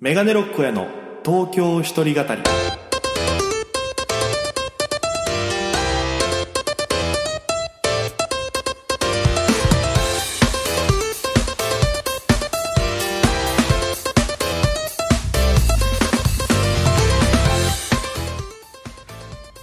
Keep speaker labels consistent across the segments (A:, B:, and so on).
A: メガネロックへの東京一人語り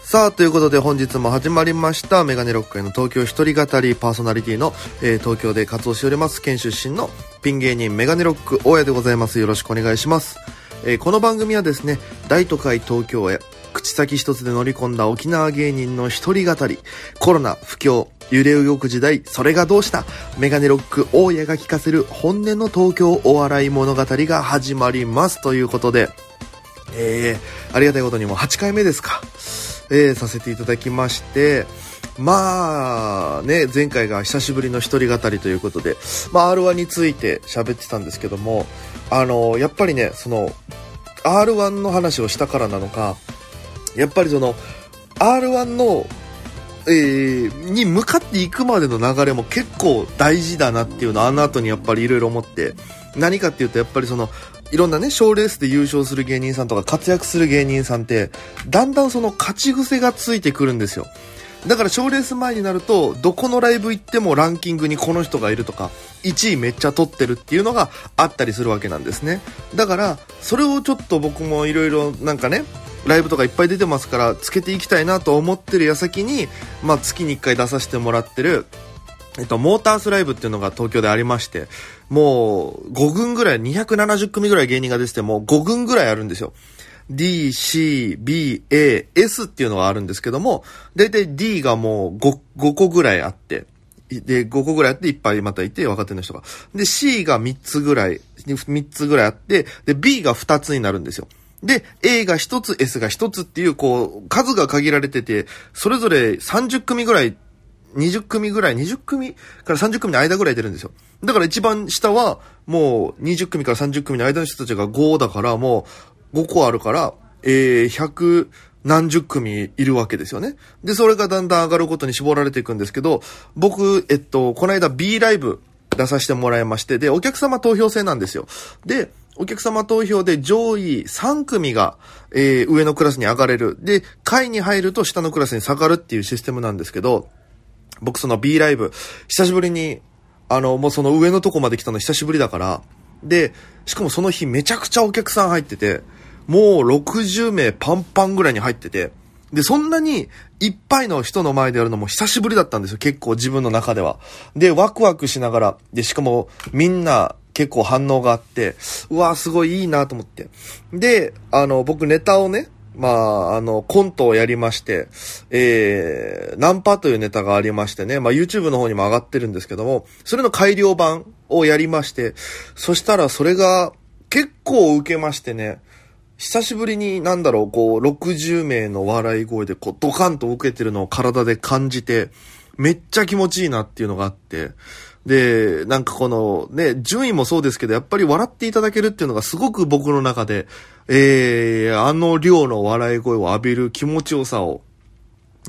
B: さあ、ということで本日も始まりました、メガネロックへの東京一人語りパーソナリティの、えー東京で活動しております、県出身のピン芸人メガネロック大家でございます。よろしくお願いします。えーこの番組はですね、大都会東京へ、口先一つで乗り込んだ沖縄芸人の一人語り、コロナ、不況、揺れ動く時代、それがどうした、メガネロック大家が聞かせる本音の東京お笑い物語が始まります。ということで、えー、ありがたいことにもう8回目ですか、えー、させていただきまして、まあね、前回が久しぶりの一人語りということで、まあ R1 について喋ってたんですけども、あのやっぱりね、その、R1 の話をしたからなのか、やっぱりその、R1 の、えーに向かっていくまでの流れも結構大事だなっていうのはあの後にやっぱりいろいろ思って、何かっていうとやっぱりその、いろんなね、賞レースで優勝する芸人さんとか活躍する芸人さんって、だんだんその勝ち癖がついてくるんですよ。だから賞レース前になると、どこのライブ行ってもランキングにこの人がいるとか、1位めっちゃ取ってるっていうのがあったりするわけなんですね。だから、それをちょっと僕もいろいろなんかね、ライブとかいっぱい出てますから、つけていきたいなと思ってる矢先に、まあ月に1回出させてもらってる、えっと、モータースライブっていうのが東京でありまして、もう5軍ぐらい、270組ぐらい芸人が出てて、もう5軍ぐらいあるんですよ。D, C, B, A, S っていうのがあるんですけども、だいたい D がもう 5, 5個ぐらいあって、で、5個ぐらいあって、いっぱいまたいて、若手の人が。で、C が3つぐらい、3つぐらいあって、で、B が2つになるんですよ。で、A が1つ、S が1つっていう、こう、数が限られてて、それぞれ30組ぐらい20組ぐらい、20組から30組の間ぐらい出るんですよ。だから一番下は、もう20組から30組の間の人たちが5だから、もう5個あるから、えー、100何十組いるわけですよね。で、それがだんだん上がることに絞られていくんですけど、僕、えっと、この間 B ライブ出させてもらいまして、で、お客様投票制なんですよ。で、お客様投票で上位3組が、えー、上のクラスに上がれる。で、下位に入ると下のクラスに下がるっていうシステムなんですけど、僕その B ライブ、久しぶりに、あの、もうその上のとこまで来たの久しぶりだから、で、しかもその日めちゃくちゃお客さん入ってて、もう60名パンパンぐらいに入ってて、で、そんなにいっぱいの人の前でやるのも久しぶりだったんですよ、結構自分の中では。で、ワクワクしながら、で、しかもみんな結構反応があって、うわーすごいいいなと思って。で、あの、僕ネタをね、まあ、あの、コントをやりまして、えー、ナンパというネタがありましてね、まあ、YouTube の方にも上がってるんですけども、それの改良版をやりまして、そしたらそれが結構受けましてね、久しぶりになんだろう、こう、60名の笑い声で、こう、ドカンと受けてるのを体で感じて、めっちゃ気持ちいいなっていうのがあって、で、なんかこのね、順位もそうですけど、やっぱり笑っていただけるっていうのがすごく僕の中で、えー、あの量の笑い声を浴びる気持ちよさを、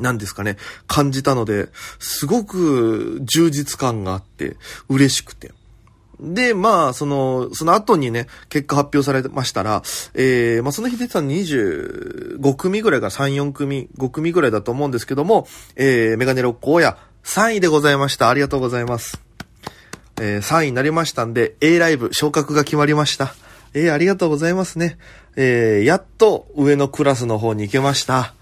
B: なんですかね、感じたので、すごく充実感があって、嬉しくて。で、まあ、その、その後にね、結果発表されましたら、えー、まあ、その日出てたの25組ぐらいが3、4組、5組ぐらいだと思うんですけども、えー、メガネロック大家、3位でございました。ありがとうございます。えー、3位になりましたんで、A ライブ昇格が決まりました。えー、ありがとうございますね。えー、やっと上のクラスの方に行けました。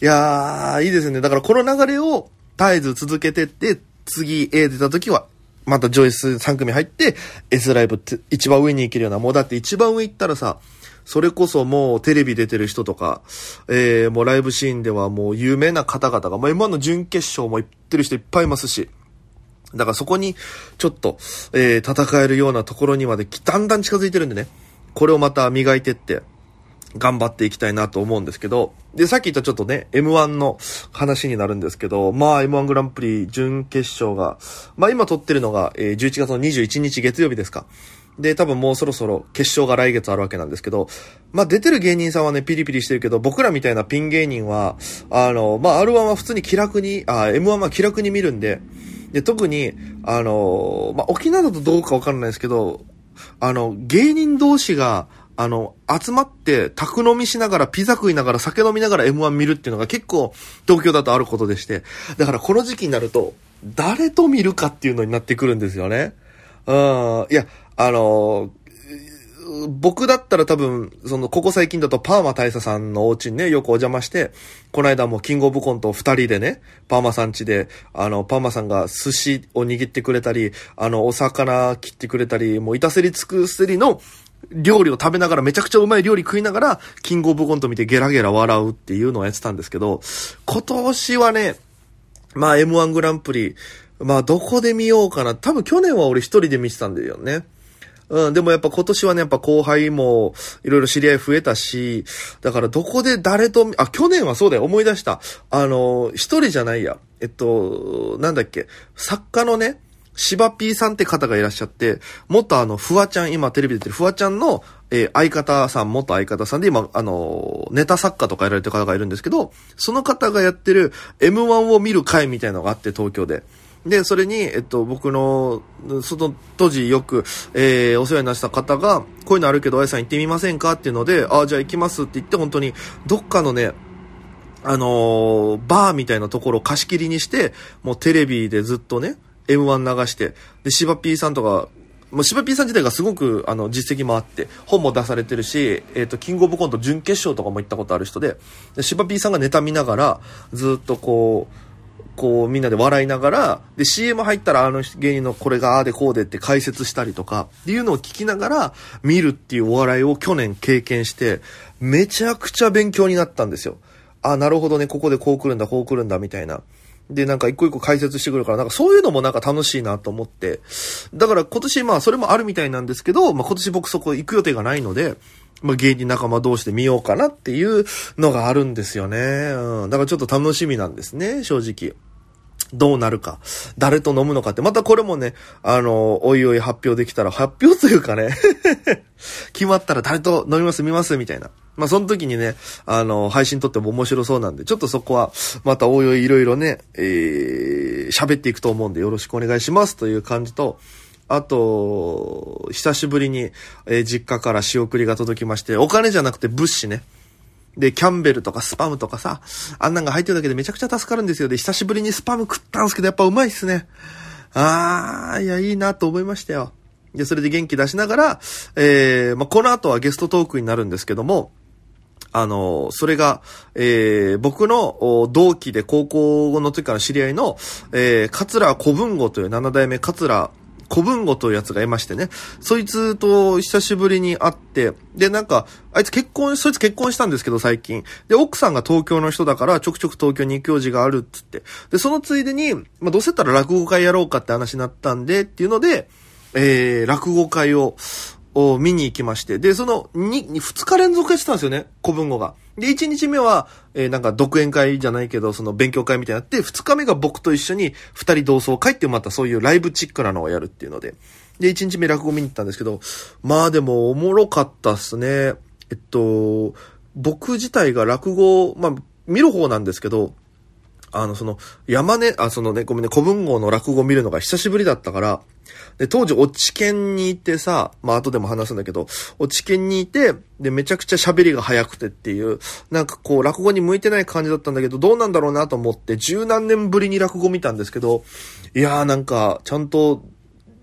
B: いやー、いいですね。だからこの流れを絶えず続けてって、次 A 出た時は、またジョイス3組入って、S ライブって一番上に行けるような、もうだって一番上行ったらさ、それこそもうテレビ出てる人とか、えー、もうライブシーンではもう有名な方々が、まあ今の準決勝も行ってる人いっぱいいますし、だからそこに、ちょっと、えー戦えるようなところにまでき、だんだん近づいてるんでね、これをまた磨いてって、頑張っていきたいなと思うんですけど、で、さっき言ったちょっとね、M1 の話になるんですけど、まあ M1 グランプリ準決勝が、まあ今撮ってるのが、えー11月の21日月曜日ですか。で、多分もうそろそろ決勝が来月あるわけなんですけど、まあ出てる芸人さんはね、ピリピリしてるけど、僕らみたいなピン芸人は、あの、まあ R1 は普通に気楽に、あ、M1 は気楽に見るんで、で、特に、あの、まあ沖縄だとどうかわかんないですけど、あの、芸人同士があの、集まって、宅飲みしながら、ピザ食いながら、酒飲みながら M1 見るっていうのが結構、東京だとあることでして。だからこの時期になると、誰と見るかっていうのになってくるんですよね。うん。いや、あの僕だったら多分、その、ここ最近だとパーマ大佐さんのお家にね、よくお邪魔して、この間もキングオブコント二人でね、パーマさん家で、あの、パーマさんが寿司を握ってくれたり、あの、お魚切ってくれたり、もういたせりつくすりの料理を食べながら、めちゃくちゃうまい料理食いながら、キングオブコント見てゲラゲラ笑うっていうのをやってたんですけど、今年はね、まあ M1 グランプリ、まあどこで見ようかな。多分去年は俺一人で見てたんだよね。うん、でもやっぱ今年はね、やっぱ後輩もいろいろ知り合い増えたし、だからどこで誰と見、あ、去年はそうだよ、思い出した。あの、一人じゃないや。えっと、なんだっけ、作家のね、シバピーさんって方がいらっしゃって、元あの、フワちゃん、今テレビ出てるフワちゃんの、えー相方さん、元相方さんで、今、あのーネタ作家とかやられてる方がいるんですけど、その方がやってる M1 を見る会みたいなのがあって、東京で。で、それに、えっと、僕の、その当時よく、えーお世話になってた方が、こういうのあるけど、あやさん行ってみませんかっていうので、ああ、じゃあ行きますって言って、本当に、どっかのね、あのーバーみたいなところを貸し切りにして、もうテレビでずっとね、M1 流して、で、シバピーさんとか、もうシバピーさん自体がすごく、あの、実績もあって、本も出されてるし、えっ、と、キングオブコント準決勝とかも行ったことある人で、で、シバピーさんがネタ見ながら、ずっとこう、こうみんなで笑いながら、で CM 入ったらあの芸人のこれがああでこうでって解説したりとかっていうのを聞きながら見るっていうお笑いを去年経験して、めちゃくちゃ勉強になったんですよ。あ、なるほどね、ここでこう来るんだ、こう来るんだみたいな。で、なんか一個一個解説してくるから、なんかそういうのもなんか楽しいなと思って。だから今年まあそれもあるみたいなんですけど、まあ今年僕そこ行く予定がないので、まあ芸人仲間同士で見ようかなっていうのがあるんですよね。うん。だからちょっと楽しみなんですね、正直。どうなるか、誰と飲むのかって、またこれもね、あの、おいおい発表できたら、発表というかね、決まったら誰と飲みます、見ます、みたいな。まあ、その時にね、あの、配信撮っても面白そうなんで、ちょっとそこは、またおいおいいろいろね、えー、喋っていくと思うんでよろしくお願いしますという感じと、あと、久しぶりに、えー実家から仕送りが届きまして、お金じゃなくて物資ね。で、キャンベルとかスパムとかさ、あんなんが入ってるだけでめちゃくちゃ助かるんですよ。で、久しぶりにスパム食ったんですけど、やっぱうまいっすね。あー、いや、いいなと思いましたよ。で、それで元気出しながら、えー、まあ、この後はゲストトークになるんですけども、あの、それが、えー、僕のお同期で高校の時から知り合いの、えー、桂小文吾という七代目桂小文吾というやつがいましてね、そいつと久しぶりに会って、で、なんか、あいつ結婚、そいつ結婚したんですけど、最近。で、奥さんが東京の人だから、ちょくちょく東京に行く用事があるっつって。で、そのついでに、まあ、どうせやったら落語会やろうかって話になったんで、っていうので、えー、落語会を、を見に行きまして。で、その、に、2日連続やってたんですよね、古文語が。で、1日目は、えーなんか、独演会じゃないけど、その、勉強会みたいになって、2日目が僕と一緒に、2人同窓会っていう、またそういうライブチックなのをやるっていうので。で、1日目落語見に行ったんですけど、まあでも、おもろかったっすね。えっと、僕自体が落語、まあ、見る方なんですけど、あの、その、山根、あ、そのね、ごめんね、古文豪の落語を見るのが久しぶりだったから、で、当時、落ち研にいてさ、まあ、後でも話すんだけど、落ち研にいて、で、めちゃくちゃ喋りが早くてっていう、なんかこう、落語に向いてない感じだったんだけど、どうなんだろうなと思って、十何年ぶりに落語見たんですけど、いやーなんか、ちゃんと、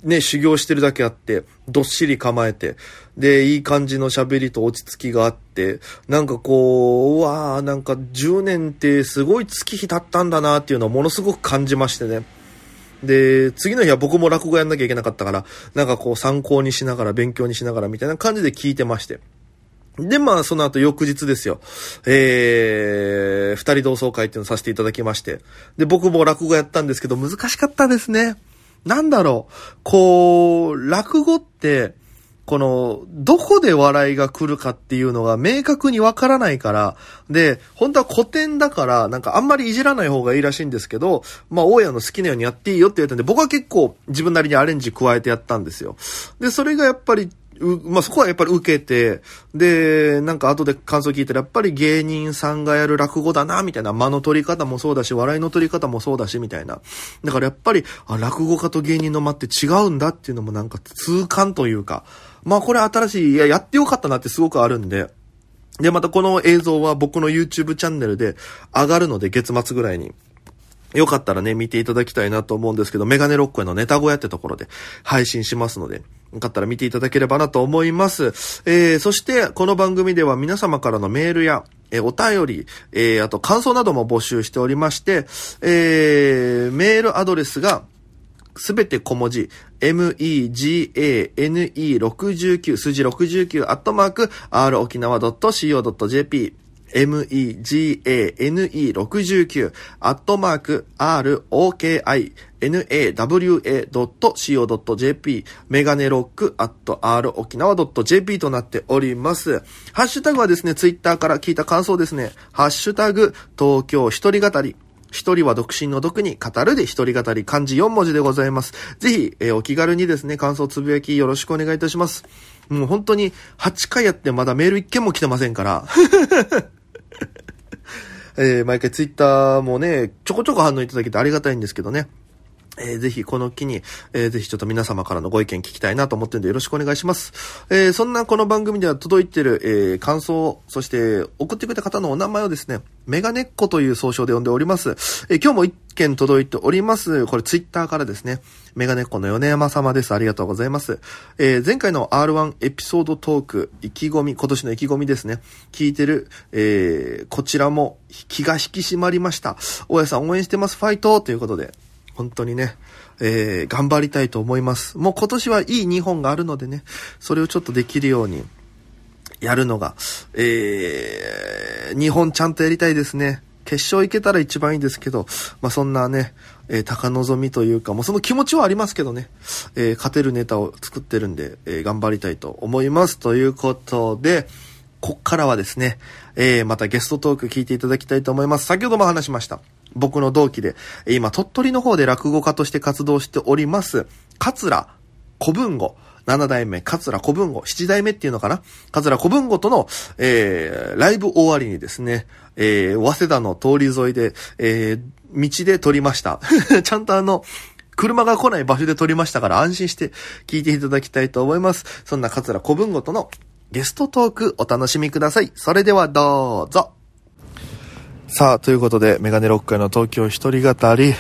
B: ね、修行してるだけあって、どっしり構えて、で、いい感じの喋りと落ち着きがあって、なんかこう、うわーなんか10年ってすごい月日経ったんだなっていうのをものすごく感じましてね。で、次の日は僕も落語やんなきゃいけなかったから、なんかこう参考にしながら勉強にしながらみたいな感じで聞いてまして。で、まあ、その後翌日ですよ。えー、二人同窓会っていうのをさせていただきまして。で、僕も落語やったんですけど、難しかったですね。なんだろう。こう、落語って、この、どこで笑いが来るかっていうのが明確にわからないから、で、本当は古典だから、なんかあんまりいじらない方がいいらしいんですけど、まあ、大家の好きなようにやっていいよって言われたんで、僕は結構自分なりにアレンジ加えてやったんですよ。で、それがやっぱり、うまあ、そこはやっぱり受けて、で、なんか後で感想聞いたら、やっぱり芸人さんがやる落語だな、みたいな、間の取り方もそうだし、笑いの取り方もそうだし、みたいな。だからやっぱり、あ、落語家と芸人の間って違うんだっていうのもなんか痛感というか、まあこれ新しい、いや、やってよかったなってすごくあるんで。で、またこの映像は僕の YouTube チャンネルで上がるので、月末ぐらいに。よかったらね、見ていただきたいなと思うんですけど、メガネロックへのネタ小屋ってところで配信しますので、よかったら見ていただければなと思います。えー、そして、この番組では皆様からのメールや、えーお便り、えー、あと感想なども募集しておりまして、えー、メールアドレスが、すべて小文字、megane69、数字69、アットマーク、r 沖縄 .co.jp、megane69、アットマーク、rokinawa.co.jp、メガネロック、アット r 沖縄 .jp となっております。ハッシュタグはですね、ツイッターから聞いた感想ですね、ハッシュタグ、東京一人語り。一人は独身の毒に語るで一人語り漢字4文字でございます。ぜひ、えーお気軽にですね、感想つぶやきよろしくお願いいたします。もう本当に8回やってまだメール1件も来てませんから。 えー毎回ツイッターもね、ちょこちょこ反応いただけてありがたいんですけどね。えーぜひこの機に、えーぜひちょっと皆様からのご意見聞きたいなと思ってるんでよろしくお願いします。えーそんなこの番組では届いてる、えー感想、そして送ってくれた方のお名前をですね、メガネっ子という総称で呼んでおります。えー今日も一件届いております。これツイッターからですね、メガネっ子の米山様です。ありがとうございます。えー前回の R1 エピソードトーク、意気込み、今年の意気込みですね、聞いてる、えーこちらも気が引き締まりました。大家さん応援してます、ファイトということで。本当にね、えー、頑張りたいと思います。もう今年はいい日本があるのでね、それをちょっとできるように、やるのが、えー、日本ちゃんとやりたいですね。決勝行けたら一番いいですけど、まあ、そんなね、えー高望みというか、もうその気持ちはありますけどね、えー勝てるネタを作ってるんで、えー頑張りたいと思います。ということで、こっからはですね、えーまたゲストトーク聞いていただきたいと思います。先ほども話しました。僕の同期で、えー今、鳥取の方で落語家として活動しております、桂小文吾。七代目、桂小文吾、七代目っていうのかな桂小文吾との、えー、ライブ終わりにですね、えー、早稲田の通り沿いで、えー、道で撮りました。 ちゃんとあの、車が来ない場所で撮りましたから安心して聞いていただきたいと思います。そんな桂小文吾とのゲストトークお楽しみください。それではどうぞ。さあ、ということで、メガネロックへの東京一人語り、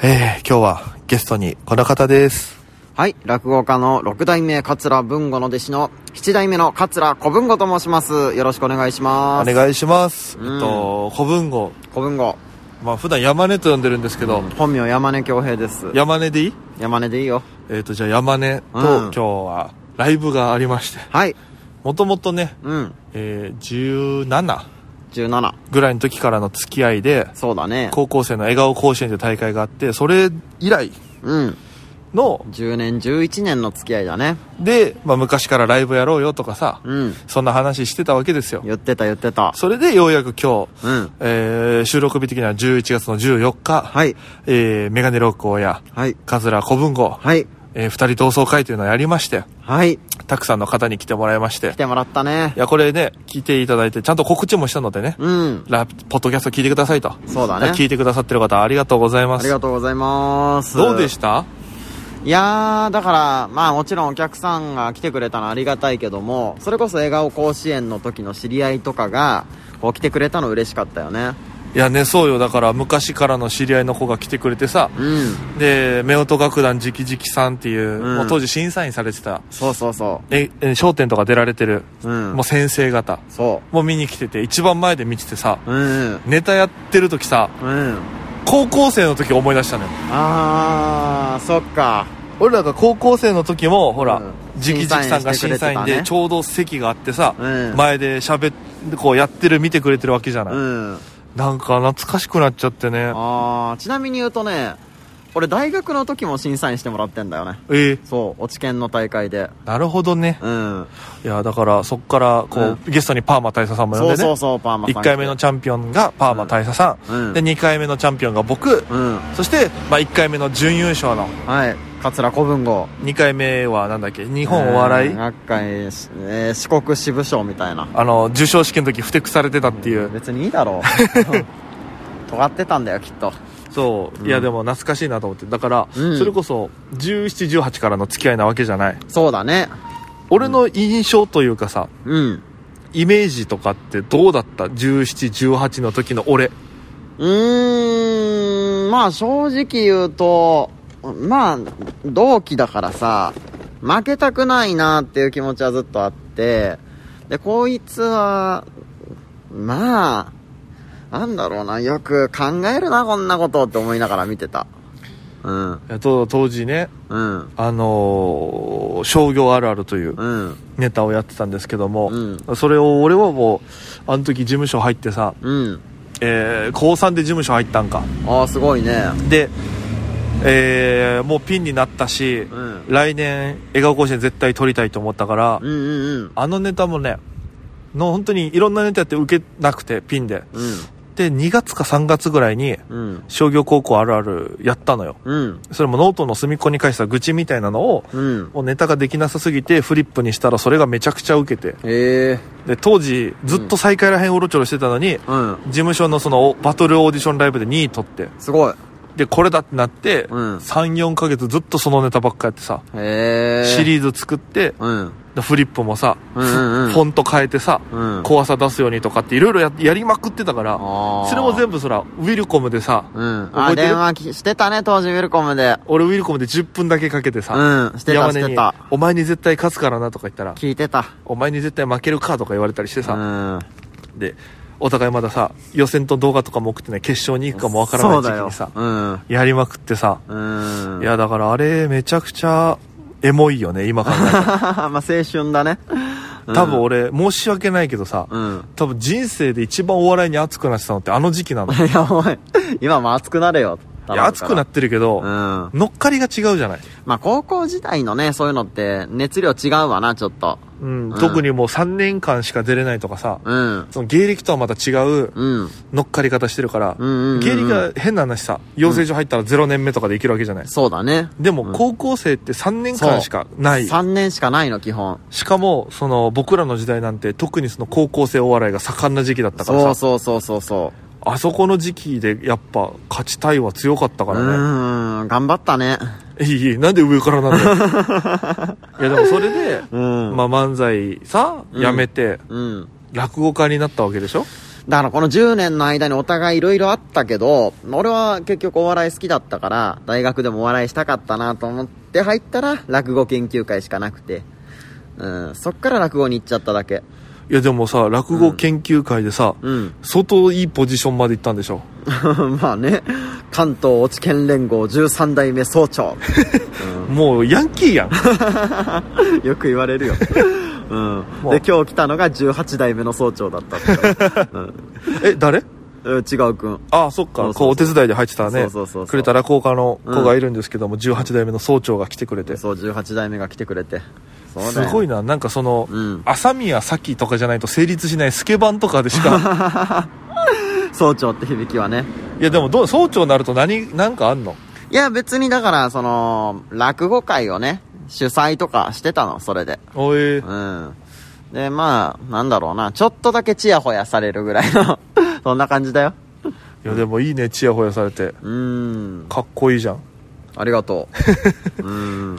B: えー、今日はゲストにこの方です。
C: はい、落語家の六代目桂文吾の弟子の七代目の桂小文吾と申します。よろしくお願いしま
B: お
C: す。
B: 願いします。
C: うん
B: えっと、古文語。
C: 小文吾。
B: まあ、普段山根と呼んでるんですけど、
C: 本名山根京平です。
B: 山根でいい
C: 山根でいいよ。
B: えっ、と、じゃあ山根と、
C: うん
B: 今日はライブがありまして、
C: はい、
B: もともとね、
C: うん、
B: えー、17
C: 17。
B: ぐらいの時からの付き合いで、
C: そうだね。
B: 高校生の笑顔甲子園という大会があって、それ以来
C: うん、
B: の、
C: 10年、11年の付き合いだね。
B: で、まあ、昔からライブやろうよとかさ、
C: うん、
B: そんな話してたわけですよ。
C: 言ってた言ってた。
B: それでようやく今日、
C: うん、
B: えー収録日的には11月の14日、
C: はい、
B: えーメガネロック王や、
C: はい、
B: 桂小文吾、
C: はい、
B: えー二人同窓会というのをやりまして、
C: はい、
B: たくさんの方に来てもらいまして
C: 来、てもらったね
B: い。や、これね、聞いていただいて、ちゃんと告知もしたのでね、
C: うん、
B: ラポッドキャスト聞いてくださいと。
C: そうだね。
B: 聞いてくださってる方、ありがとうございま
C: あり
B: す。
C: がとうございます。
B: どうでした
C: いやー、だから、まあもちろんお客さんが来てくれたのはありがたいけども、それこそ笑顔甲子園の時の知り合いとかが、こう来てくれたの嬉しかったよね。
B: いやね、そうよ。だから、昔からの知り合いの子が来てくれてさ、
C: うん。
B: で、夫婦楽団直々さんっていう、
C: うん
B: もう当時審査員されてた、
C: そうそうそ
B: え、え商店とか出られてる、
C: う。うん。
B: もう先生方、
C: そ
B: もう見に来てて、一番前で見ててさ、
C: う。うん。
B: ネタやってる時さ、
C: うん。
B: 高校生の時思い出したのよ。
C: あー、そっか。
B: 俺らが高校生の時も、ほら、
C: うん
B: 直々さんが審査員
C: 審査員してくれてた
B: で、
C: ね
B: ちょうど席があってさ、
C: うん
B: 前で喋って、こうやってる、見てくれてるわけじゃない。
C: うん。
B: なんか懐かしくなっちゃってね。
C: あー、ちなみに言うとね、俺大学の時も審査員してもらってんだよね。
B: ええ
C: そう、落ち研の大会で。
B: なるほどね。
C: うん。
B: いや、だから、そっから、こう、ゲストにパーマ大佐さんも呼ん
C: そう
B: でね。
C: そうそう、パーマさん来て。
B: 1回目のチャンピオンがパーマ大佐さん。
C: うん
B: で、2回目のチャンピオンが僕。
C: うん。
B: そして、まあ、1回目の準優勝の、
C: はい。桂小文吾。
B: 2回目はなんだっけ、日本お笑い、
C: えー学会、えー四国支部賞みたいな
B: あの、受賞式の時、ふてくされてたっていう。
C: 別にいいだろ う尖ってたんだよきっと
B: そう、
C: うん
B: いやでも懐かしいなと思ってだから、
C: うん
B: それこそ1718からの付き合いなわけじゃない
C: そうだね
B: 俺の印象というかさ、
C: うん。
B: イメージとかってどうだった ?1718 の時の俺
C: うーん、まあ正直言うと、まあ、同期だからさ、負けたくないなっていう気持ちはずっとあって、で、こいつは、まあ、なんだろうな、よく考えるな、こんなことって思いながら見てた。うん、
B: えっと当時ね
C: うん、
B: あのー商業あるあるという
C: うん、
B: ネタをやってたんですけども、
C: う
B: それを俺はもうあの時事務所入ってさ、
C: うん。
B: えー高3で事務所入ったんか
C: ああ、すごいね。
B: で、えーもうピンになったし、
C: ん
B: 来年笑顔甲子園絶対取りたいと思ったから、
C: うん、うん、
B: あのネタもねの本当にいろんなネタやって受けなくてピンで、
C: うん、
B: で2月か3月ぐらいに
C: うん、
B: 商業高校あるあるやったのよ
C: うん、
B: それもノートの隅っこに返した愚痴みたいなのを、
C: うん。
B: もうネタができなさすぎてフリップにしたらそれがめちゃくちゃ受けて
C: へえ、
B: で当時ずっと最下位らへんうろちょろしてたのに、
C: うん、
B: 事務所のそのバトルオーディションライブで2位取って
C: すごい。
B: でこれだってなって、
C: うん
B: 34ヶ月ずっとそのネタばっかやってさ、
C: へえ。
B: シリーズ作って
C: うん。
B: でフリップもさ、
C: うんうんうん
B: フォント変えてさ、
C: うん
B: 怖さ出すようにとかっていろいろややりまくってたから
C: あー
B: それも全部そらウィルコムでさ、
C: うん。
B: 覚え
C: あ、
B: てる
C: 電話きしてたね、当時、ウェルコムで。
B: 俺ウィルコムで10分だけかけてさ、
C: うん、してた、
B: 山
C: し
B: 根
C: て
B: に
C: た。
B: 「お前に絶対勝つからな」とか言ったら
C: 聞いてた。
B: 「お前に絶対負けるか」とか言われたりして
C: う
B: さ、
C: ん。
B: でお互いまださ予選と動画とかも送ってない決勝に行くかもわからな
C: そ
B: いう時期
C: だよ
B: にさ。
C: うん。
B: やりまくってさ、
C: うん。
B: いやだからあれめちゃくちゃエモいよね今考えたら
C: まあ、青春だね。うん
B: 多分。俺申し訳ないけどさ、
C: うん。
B: 多分人生で一番お笑いに熱くなってたのってあの時期なの い
C: いや、お前、今も熱くなれよ。
B: や熱くな
C: っ
B: ってるけど、
C: うん。ま
B: 乗っかりが違うじゃない、
C: あ、高校時代のね、そういうのって、熱量違うわな、ちょっと。
B: うん
C: うん
B: 特にもう3年間しか出れないとかさ、
C: うん。
B: その芸歴とはまた違う
C: うん。
B: 乗っかり方してるから、
C: うんうんうんうん
B: 芸歴が変な話さ養成所入ったら0年目とかでいけるわけじゃない、
C: そうだね。
B: でも高校生って3年間しかない、
C: 3年しかないの、基本。
B: しかもその僕らの時代なんて特にその高校生お笑いが盛んな時期だったからさ
C: そうそうそうそうそ
B: あそこの時期でやっぱ勝ちたいは強かった
C: う。
B: か
C: う
B: らね、
C: ん。頑張ったね。
B: いいいい、なんで上から なんだよ。いや、でもそれで、
C: うん。
B: まあ漫才さ、
C: うん
B: やめて、
C: うん。
B: 落語家になったわけでしょ
C: だからこの10年の間にお互いいろいろあったけど、俺は結局お笑い好きだったから、大学でもお笑いしたかったなと思って入ったら、落語研究会しかなくて。うん、そっから落語に行っちゃっただけ。
B: いや、でもさ、落語研究会でさ、
C: うん。
B: 相当いいポジションまで行ったんでしょ
C: まあね、関東落ち県連合13代目総長。
B: もうヤンキー やん。
C: よく言われるよ。うん。
B: もう
C: で、今日来たのが18代目の総長だったって。うん
B: え、誰
C: うん。違うくん。
B: ああ、そっか。
C: そうそうそう
B: こう、お手伝いで入ってたね。
C: そうそうそうそう
B: くれた落語家の子がいるんですけども、18代目の総長が来てくれて。
C: そう、18代目が来てくれて。そう
B: す
C: だよ
B: ごいな。なんかその
C: うん、
B: 朝宮咲とかじゃないと成立しないスケバンとかでし か。
C: 総長って響きはね。
B: いや、でもどう、総長になると何、なんかあんの
C: いや、別にだから、その、落語会をね、主催とかしてたの、それで。
B: おえー
C: うん。で、まあ、なんだろうな、ちょっとだけチヤホヤされるぐらいの、 そんな感じだよ。
B: いや、でもいいね、チヤホヤされて。
C: うーん。
B: かっこいいじゃん
C: ありがと う。うーん。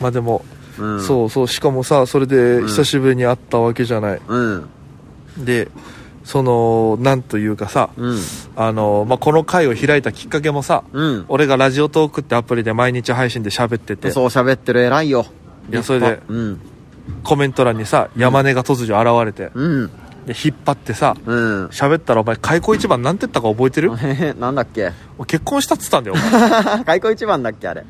B: まあでも、
C: うん。
B: そうそうしかもさそれで
C: ん
B: 久しぶりに会ったわけじゃない、
C: うん。
B: でそのなんというかさ、
C: うん。
B: あのまあ、この回を開いたきっかけもさ、
C: うん。
B: 俺がラジオトークってアプリで毎日配信で喋ってて
C: そう喋ってる偉いよ。
B: いやそれで
C: うん。
B: コメント欄にさ山根が突如現れて、
C: うん。
B: で引っ張ってさ
C: うん。
B: 喋ったらお前開口一番なんて言ったか覚えてる、
C: へへなんだ っけ
B: 結婚したっつったんだよお 前
C: 開口一番だっけあれ。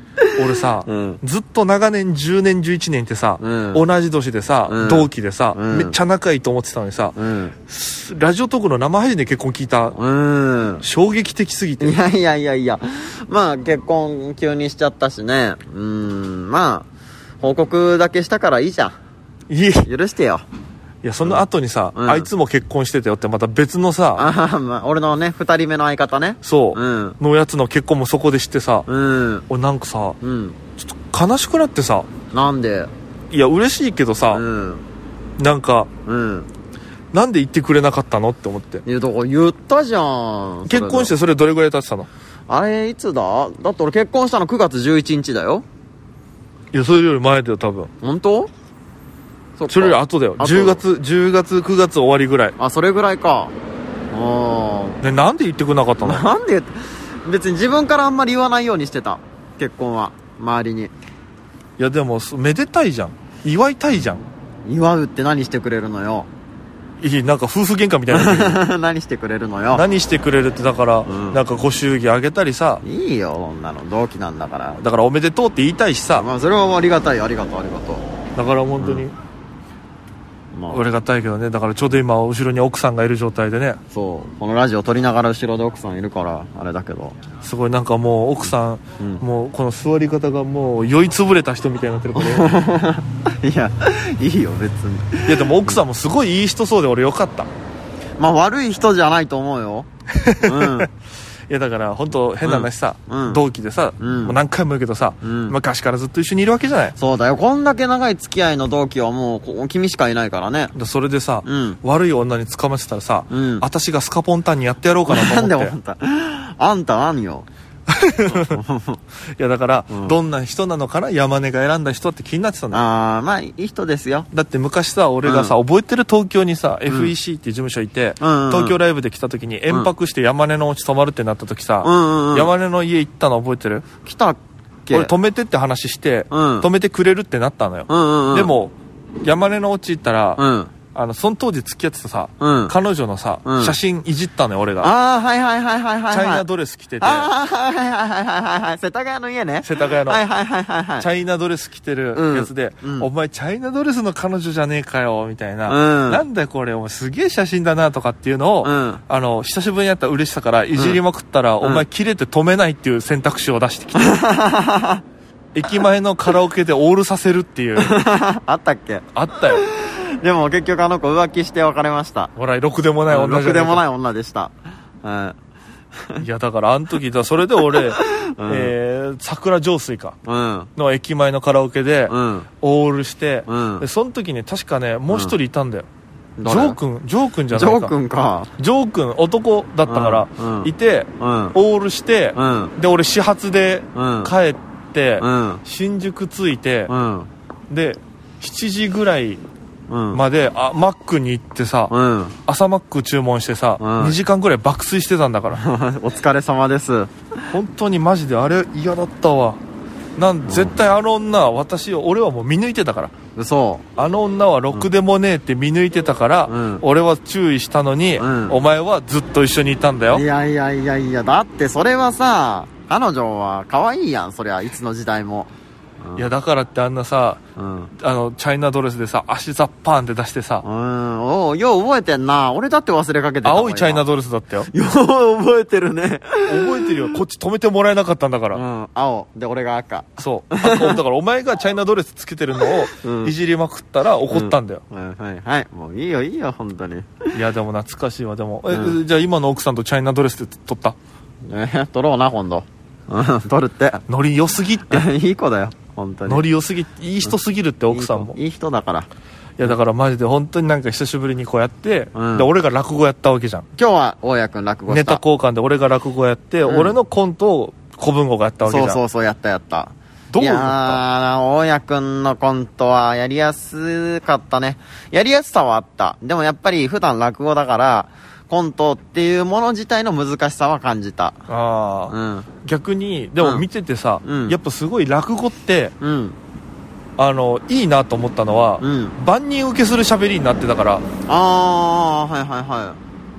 B: 俺さ、
C: うん
B: ずっと長年10年11年ってさ、
C: うん
B: 同じ年でさ、
C: うん
B: 同期でさ、
C: うん
B: めっちゃ仲いいと思ってたのにさ、
C: うん。
B: ラジオトークの生配信で結婚聞いた、
C: うん。
B: 衝撃的すぎて
C: い。やいやいやいや。まあ結婚急にしちゃったしね。うーん、まあ、報告だけしたからいいじゃん。
B: いや、い
C: 許してよ。
B: やその後にさ、
C: うん
B: あいつも結婚してたよってまた別のさ、
C: ああ、まあ、俺のね、二人目の相方ね。
B: そう、
C: うん
B: のやつの結婚もそこで知ってさ、
C: うん。
B: 俺なんかさ、
C: うん。
B: ちょっと悲しくなってさ、
C: なんで
B: いや、嬉しいけどさ、
C: うん。
B: なんか、
C: うん。
B: なんで言ってくれなかったのって思って。
C: いや、だから言ったじゃん。
B: 結婚して
C: て。
B: それどれぐらい経ってたの
C: あれ、いつだだって俺結婚したの9月11日だよ。
B: いや、それより前だよ、多分。
C: 本当そっか
B: それより後だよ
C: 後
B: 10月10月9月終わりぐらい
C: あそれぐらいかあ
B: ねなんで言ってくれなかった
C: あ
B: の
C: なんで 別に自分からあんまり言わないようにしてた結婚は周りに
B: いやでもそめでたいじゃん祝いたいじゃん
C: 祝うって何してくれるのよ
B: いいなんか夫婦喧嘩みたいになってる
C: 何してくれるのよ
B: 何してくれるってだから、
C: ん
B: なんかご祝儀あげたりさ
C: いいよそんなの同期なんだから
B: だからおめでとうって言いたいしさ
C: まあそれはありがたいありがとうありがとう
B: だから本当に
C: ま
B: あ
C: あ
B: りがたいけどねだからちょうど今後ろに奥さんがいる状態でね
C: そうこのラジオ撮りながら後ろで奥さんいるからあれだけど
B: すごいなんかもう奥さん、
C: うん
B: もうこの座り方がもう酔いつぶれた人みたいになってるから
C: いやいいよ別に
B: いやでも奥さんもすごいいい人そうで俺よかったい
C: まあ悪い人じゃないと思 うようん
B: やだから本当変な話さ、
C: うんうん
B: 同期でさ、
C: うん
B: もう何回も言うけどさ、
C: うん
B: 昔からずっと一緒にいるわけじゃないだか
C: そうだよこんだけ長い付き合いの同期はもうこ君しかいないからね
B: らそれでさ、
C: うん
B: 悪い女に捕まってたらさ、
C: うん
B: 私がスカポンタンにやってやろうかなと思
C: な
B: って
C: んであんたあんた何よ
B: いやだから、
C: ん
B: どんな人なのかな山根が選んだ人って気になってたんだよ
C: ああまあいい人ですよ
B: だって昔さ俺がさ、覚えてる東京にさ、FEC っていう事務所いて、
C: うんうんうん
B: 東京ライブで来た時に遠泊して山根のお家泊まるってなった時さ、
C: うんうんうん
B: 山根の家行ったの覚えてる
C: 来たっけ
B: 俺泊めてって話して、
C: うん
B: 泊めてくれるってなったのよ、
C: うんうんうん
B: でも山根のお家行ったら、
C: うん
B: あのその当時付き合ってたさ、
C: うん
B: 彼女のさ、
C: うん
B: 写真いじったのよ俺が
C: ああはいはいはいはいはいはい
B: チャイナドレス着てて
C: ああはいはいはいはいはいはい世田谷の家ね
B: 世田谷の
C: はいはいはいはいはい
B: チャイナドレス着てるやつで、
C: うんうん
B: お前チャイナドレスの彼女じゃねえかよ、みたいな。
C: うん
B: なんだよこれ、お前すげえ写真だなとかっていうのを、
C: うん
B: あの、久しぶりにやったら嬉しさから、いじりまくったら、お前切れて止めないっていう選択肢を出してき て。駅前のカラオケでオールさせるって いう、
C: あったっけ
B: あったよ。
C: でも結局あの子浮気して別れました
B: ほら、ろくでもない
C: ろ
B: 女じ
C: く
B: ゃね
C: で
B: え
C: もな
B: か
C: い女でしたうん
B: いや、だからあの時、だからそれで 俺、えー、桜上水か。
C: うん
B: の駅前のカラオケで、
C: うん
B: オールして、
C: うん
B: でその時に確かねもう一人いたんだよ、
C: うん
B: ジョー君ジョー君じゃ
C: ジ
B: な
C: ョ
B: い
C: ー
B: か
C: 君か
B: ジョー君男だったから、
C: うんうん
B: いて、
C: うん
B: オールして、
C: うん
B: で俺始発で
C: うん
B: 帰って、
C: うん
B: 新宿着いて
C: う、ん
B: で7時ぐらい
C: うん
B: まで、あマックに行ってさ、
C: うん
B: 朝マック注文してさ、
C: うん
B: 2時間ぐらい爆睡してたんだから
C: お疲れ様です
B: 本当にマジであれ嫌だったわなん絶対あの女は私を俺はもう見抜いてたから
C: 嘘
B: あの女はろくでもねえって見抜いてたから、
C: うん
B: 俺は注意したのに、
C: うん
B: お前はずっと一緒にいたんだよ
C: いやいやいやいやだってそれはさ彼女は可愛いやんそりゃいつの時代も
B: いやだからってあんなさ
C: うん
B: あのチャイナドレスでさ足ザッパーンって出してさ
C: うんおうよう覚えてんな俺だって忘れかけてたもん
B: 青いチャイナ
C: 今
B: ドレスだったよ
C: よう覚えてるね
B: 覚えてるよこっち止めてもらえなかったんだか
C: う
B: ら、
C: ん青で俺が赤
B: そうあこうだからお前がチャイナドレスつけてるの
C: う
B: を
C: ん
B: いじりまくったら怒ったんだよ、
C: うんはいはいもういいよいいよ本当に
B: いやでも懐かしいわでも、え
C: うん
B: じゃあ今の奥さんとチャイナドレスって撮った
C: ね取ろうな今度うん取るって
B: ノリ良すぎって
C: いい子だよ本当に
B: ノリ良すぎっていい人すぎるって奥さんも
C: いい子いい人だから
B: いやだからマジで本当になんか久しぶりにこうやって、
C: うん
B: で俺が落語やったわけじゃん
C: 今日は大家君落語した
B: ネタ交換で俺が落語やって、
C: ん
B: 俺のコントを古文語がやったわけじゃん
C: そうそうそうやったやった
B: どう
C: い
B: だ
C: や
B: っ
C: ー
B: た
C: 大家君のコントはやりやすかったねやりやすさはあったでもやっぱり普段落語だからコントっていうもの自体の難しさは感じた
B: あ
C: う
B: あ、
C: ん
B: 逆にでも見ててさ、
C: うん
B: やっぱすごい落語って
C: うん
B: あのいいなと思ったのは、
C: うん
B: 万人受けする喋りになってたから
C: ああはいはいは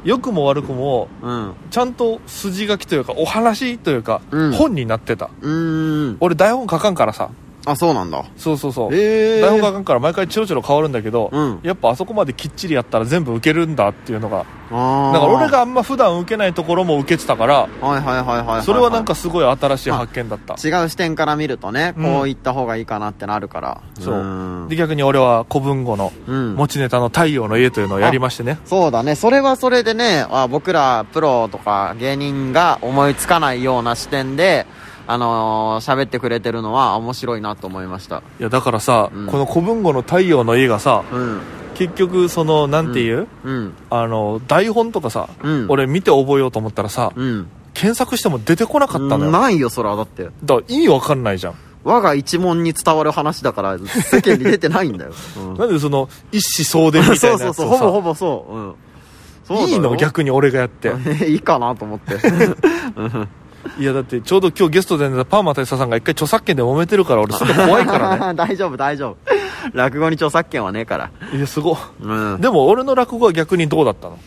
B: 良くも悪くも
C: いうん
B: ちゃんと筋書きというかお話というか、
C: うん
B: 本になってた
C: うーん
B: 俺台本書かんからさ
C: あそうなんだ
B: そうそうそう、
C: へえ
B: 台本書かんから毎回チロチロ変わるんだけど、
C: うん
B: やっぱあそこまできっちりやったら全部受けるんだっていうのが
C: ああ
B: だから俺があんま普段受けないところも受けてたから
C: はいはいはいはいいい
B: それはなんかすごい新しい発見だった
C: 違う視点から見るとね
B: うん
C: こういった方がいいかなってなるから
B: そうで
C: で
B: 逆に俺は古文語の
C: うん
B: 持ちネタの「太陽の家」というのをやりましてね
C: そうだね。それはそれでね、あ僕らプロとか芸人が思いつかないような視点で、あのー喋ってくれてるのは面白いなと思いました。
B: いやだからさ、
C: うん
B: この古文語の「太陽の家」がさ
C: うん。
B: 結局そのなんていう、
C: うん。
B: あの台本とかさ、
C: うん
B: 俺見て覚えようと思ったらさ、
C: うん。
B: 検索しても出てこなかったのよ、
C: ないよ、それはだって。
B: だから意味わかんないじゃん
C: 我が一門に伝わる話だから、世間に出てないん だよ。うん
B: なんでその、一子相伝みたい
C: そう
B: な
C: そ
B: や
C: う
B: つ
C: そう、
B: を
C: ほ
B: さ
C: ぼほぼそう。うん。そうだよ
B: いいの逆に俺がやって。
C: いいかなと思って。
B: いや、だってちょうど今日ゲストで出たパーマ大佐さんが一回著作権で揉めてるから、俺すごい怖いから ね。
C: 大丈夫、大丈夫。落語に著作権はねえから。
B: いや、すごい。
C: うん。
B: でも俺の落語は逆にどうだったの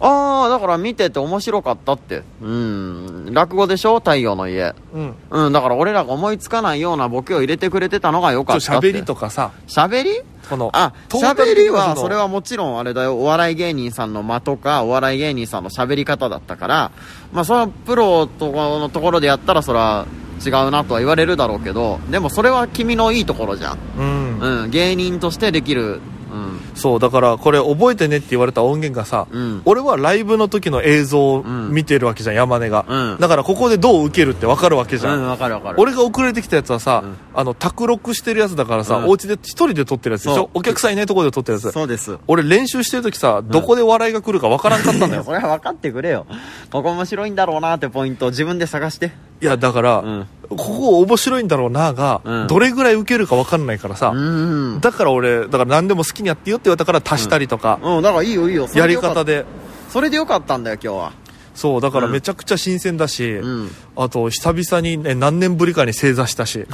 C: ああ、だから見てて面白かったって。うん。落語でしょ太陽の家。
B: うん。
C: うん、だから俺らが思いつかないようなボケを入れてくれてたのが良
B: ち
C: か
B: ょ
C: っ
B: ったと
C: って。
B: 喋りとかさ、
C: 喋り
B: この、
C: あ、
B: トータル
C: 喋
B: 的に
C: りは、
B: の
C: それはもちろんあれだよ、お笑い芸人さんの間とか、お笑い芸人さんの喋り方だったから、まあ、それはプロとかのところでやったら、それは違うなとは言われるだろうけど、でもそれは君のいいところじゃん。
B: うん。
C: うん、芸人としてできる。うん、
B: そう、だからこれ覚えてねって言われた音源がさ、
C: うん
B: 俺はライブの時の映像を
C: ん
B: 見てるわけじゃん、山根が。
C: うん
B: だからここでどう受けるってわかるわけじ
C: う
B: ゃん。
C: ん、わかるわかる。
B: 俺が遅れてきたやつはさ、
C: うん
B: あの、卓録してるやつだからさ、
C: うん
B: お家で一人で撮ってるやつでし
C: そ
B: ょ
C: う
B: お客さんいないところで撮ってるやつ。
C: そうです。
B: 俺練習してる時さ、どこで笑いが来るかわからんかったんだよ。
C: それは分かってくれよ。ここ面白いんだろうなってポイントを自分で探して。
B: いや、だから、
C: うん
B: ここ面白いんだろうなが、
C: うん
B: どれぐらい受けるかわかんないからさ、
C: うん。
B: だから俺、だから何でも好きにやってよって言われたから足したりとか、
C: うん、だからいいよいいよ。そ
B: やり
C: れでよかっ
B: 方で、
C: それでよかったんだよ、今日は。
B: そう、だから
C: うん
B: めちゃくちゃ新鮮だし、
C: うん
B: あと久々にね、何年ぶりかに正座した し、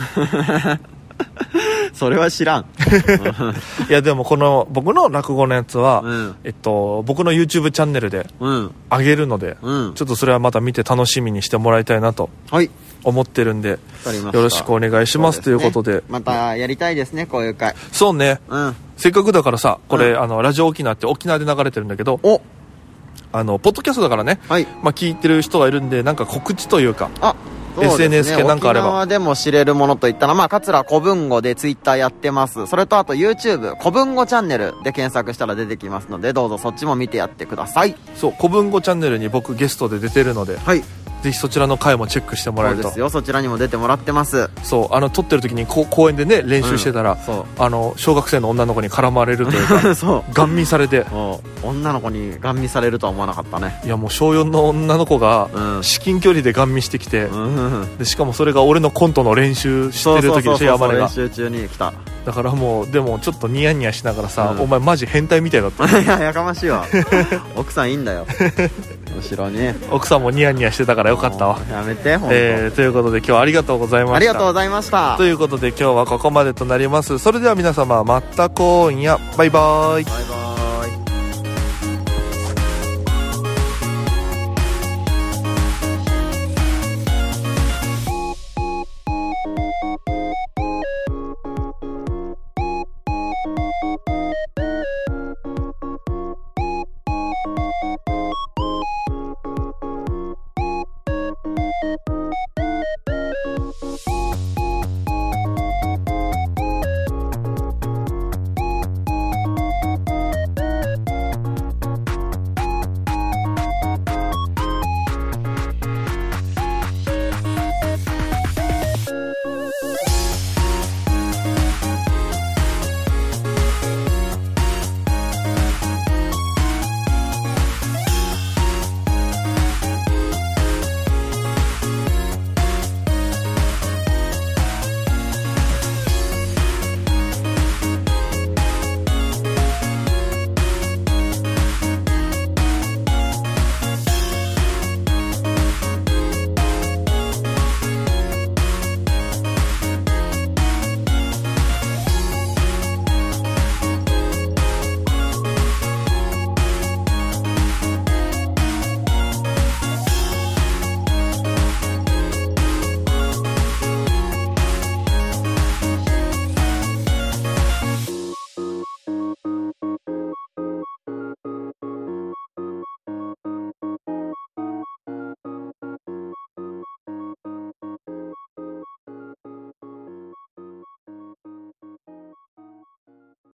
C: それは知らん。
B: いやでもこの僕の落語のやつは、
C: うん
B: えっと、僕の YouTube チャンネルで
C: うん。
B: 上げるので、
C: うん
B: ちょっとそれはまた見て楽しみにしてもらいたいなと
C: はい。わ
B: 思ってるんで、
C: かりました。
B: よろしくお願いします
C: そう
B: ということで
C: またやりたいですね、こういう会。
B: そうね、
C: うん。
B: せっかくだからさ、これ、
C: う
B: あの、ラジオ沖縄って沖縄で流れてるんだけど、
C: お
B: あの、ポッドキャストだからね、
C: はい。
B: まあ聞いてる人がいるんで、なんか告知というか、
C: あ、そうですね
B: SNS 系なんかあれば
C: 沖縄でも知れるものといったら、まあ、桂古文語でツイッターやってます。それとあと YouTube、古文語チャンネルで検索したら出てきますので、どうぞそっちも見てやってください。
B: そう、古文語チャンネルに僕ゲストで出てるので、
C: はい。
B: ぜひそちらの回もチェックしてもら
C: そ
B: え
C: う
B: る
C: で
B: と
C: す。よ。そちらにも出てもらってます。
B: そう、あの、撮ってる時にこう公園でね、練習してたら、
C: うんそ
B: あの、小学生の女の子に絡まれるというか、
C: う。そう。
B: ガン見されて、
C: もう女の子にガン見されるとは思わなかったね。
B: いやもう小4の女の子
C: う
B: が、
C: ん
B: 至近距離でガン見してきて、
C: ん。
B: でしかもそれが俺のコントの練習し
C: そ
B: て
C: う
B: る
C: そう
B: 時
C: そ
B: で
C: う
B: しょ
C: そ
B: 山
C: う
B: 根が
C: 練習中に来た。
B: だからもうでもちょっとニヤニヤしながらさ、
C: うん
B: お前マジ変態みたいだった
C: いや、やかましいわ。 奥さんいいんだよ。後ろに。よ
B: 奥さんもニヤニヤしてたからよかったわ、
C: やめて、ほんと。
B: えー、ということで今日はありがとうございました
C: ありがとうございました。
B: ということで今日はここまでとなりますそれでは皆様また今夜バイバイ
C: バイバイ。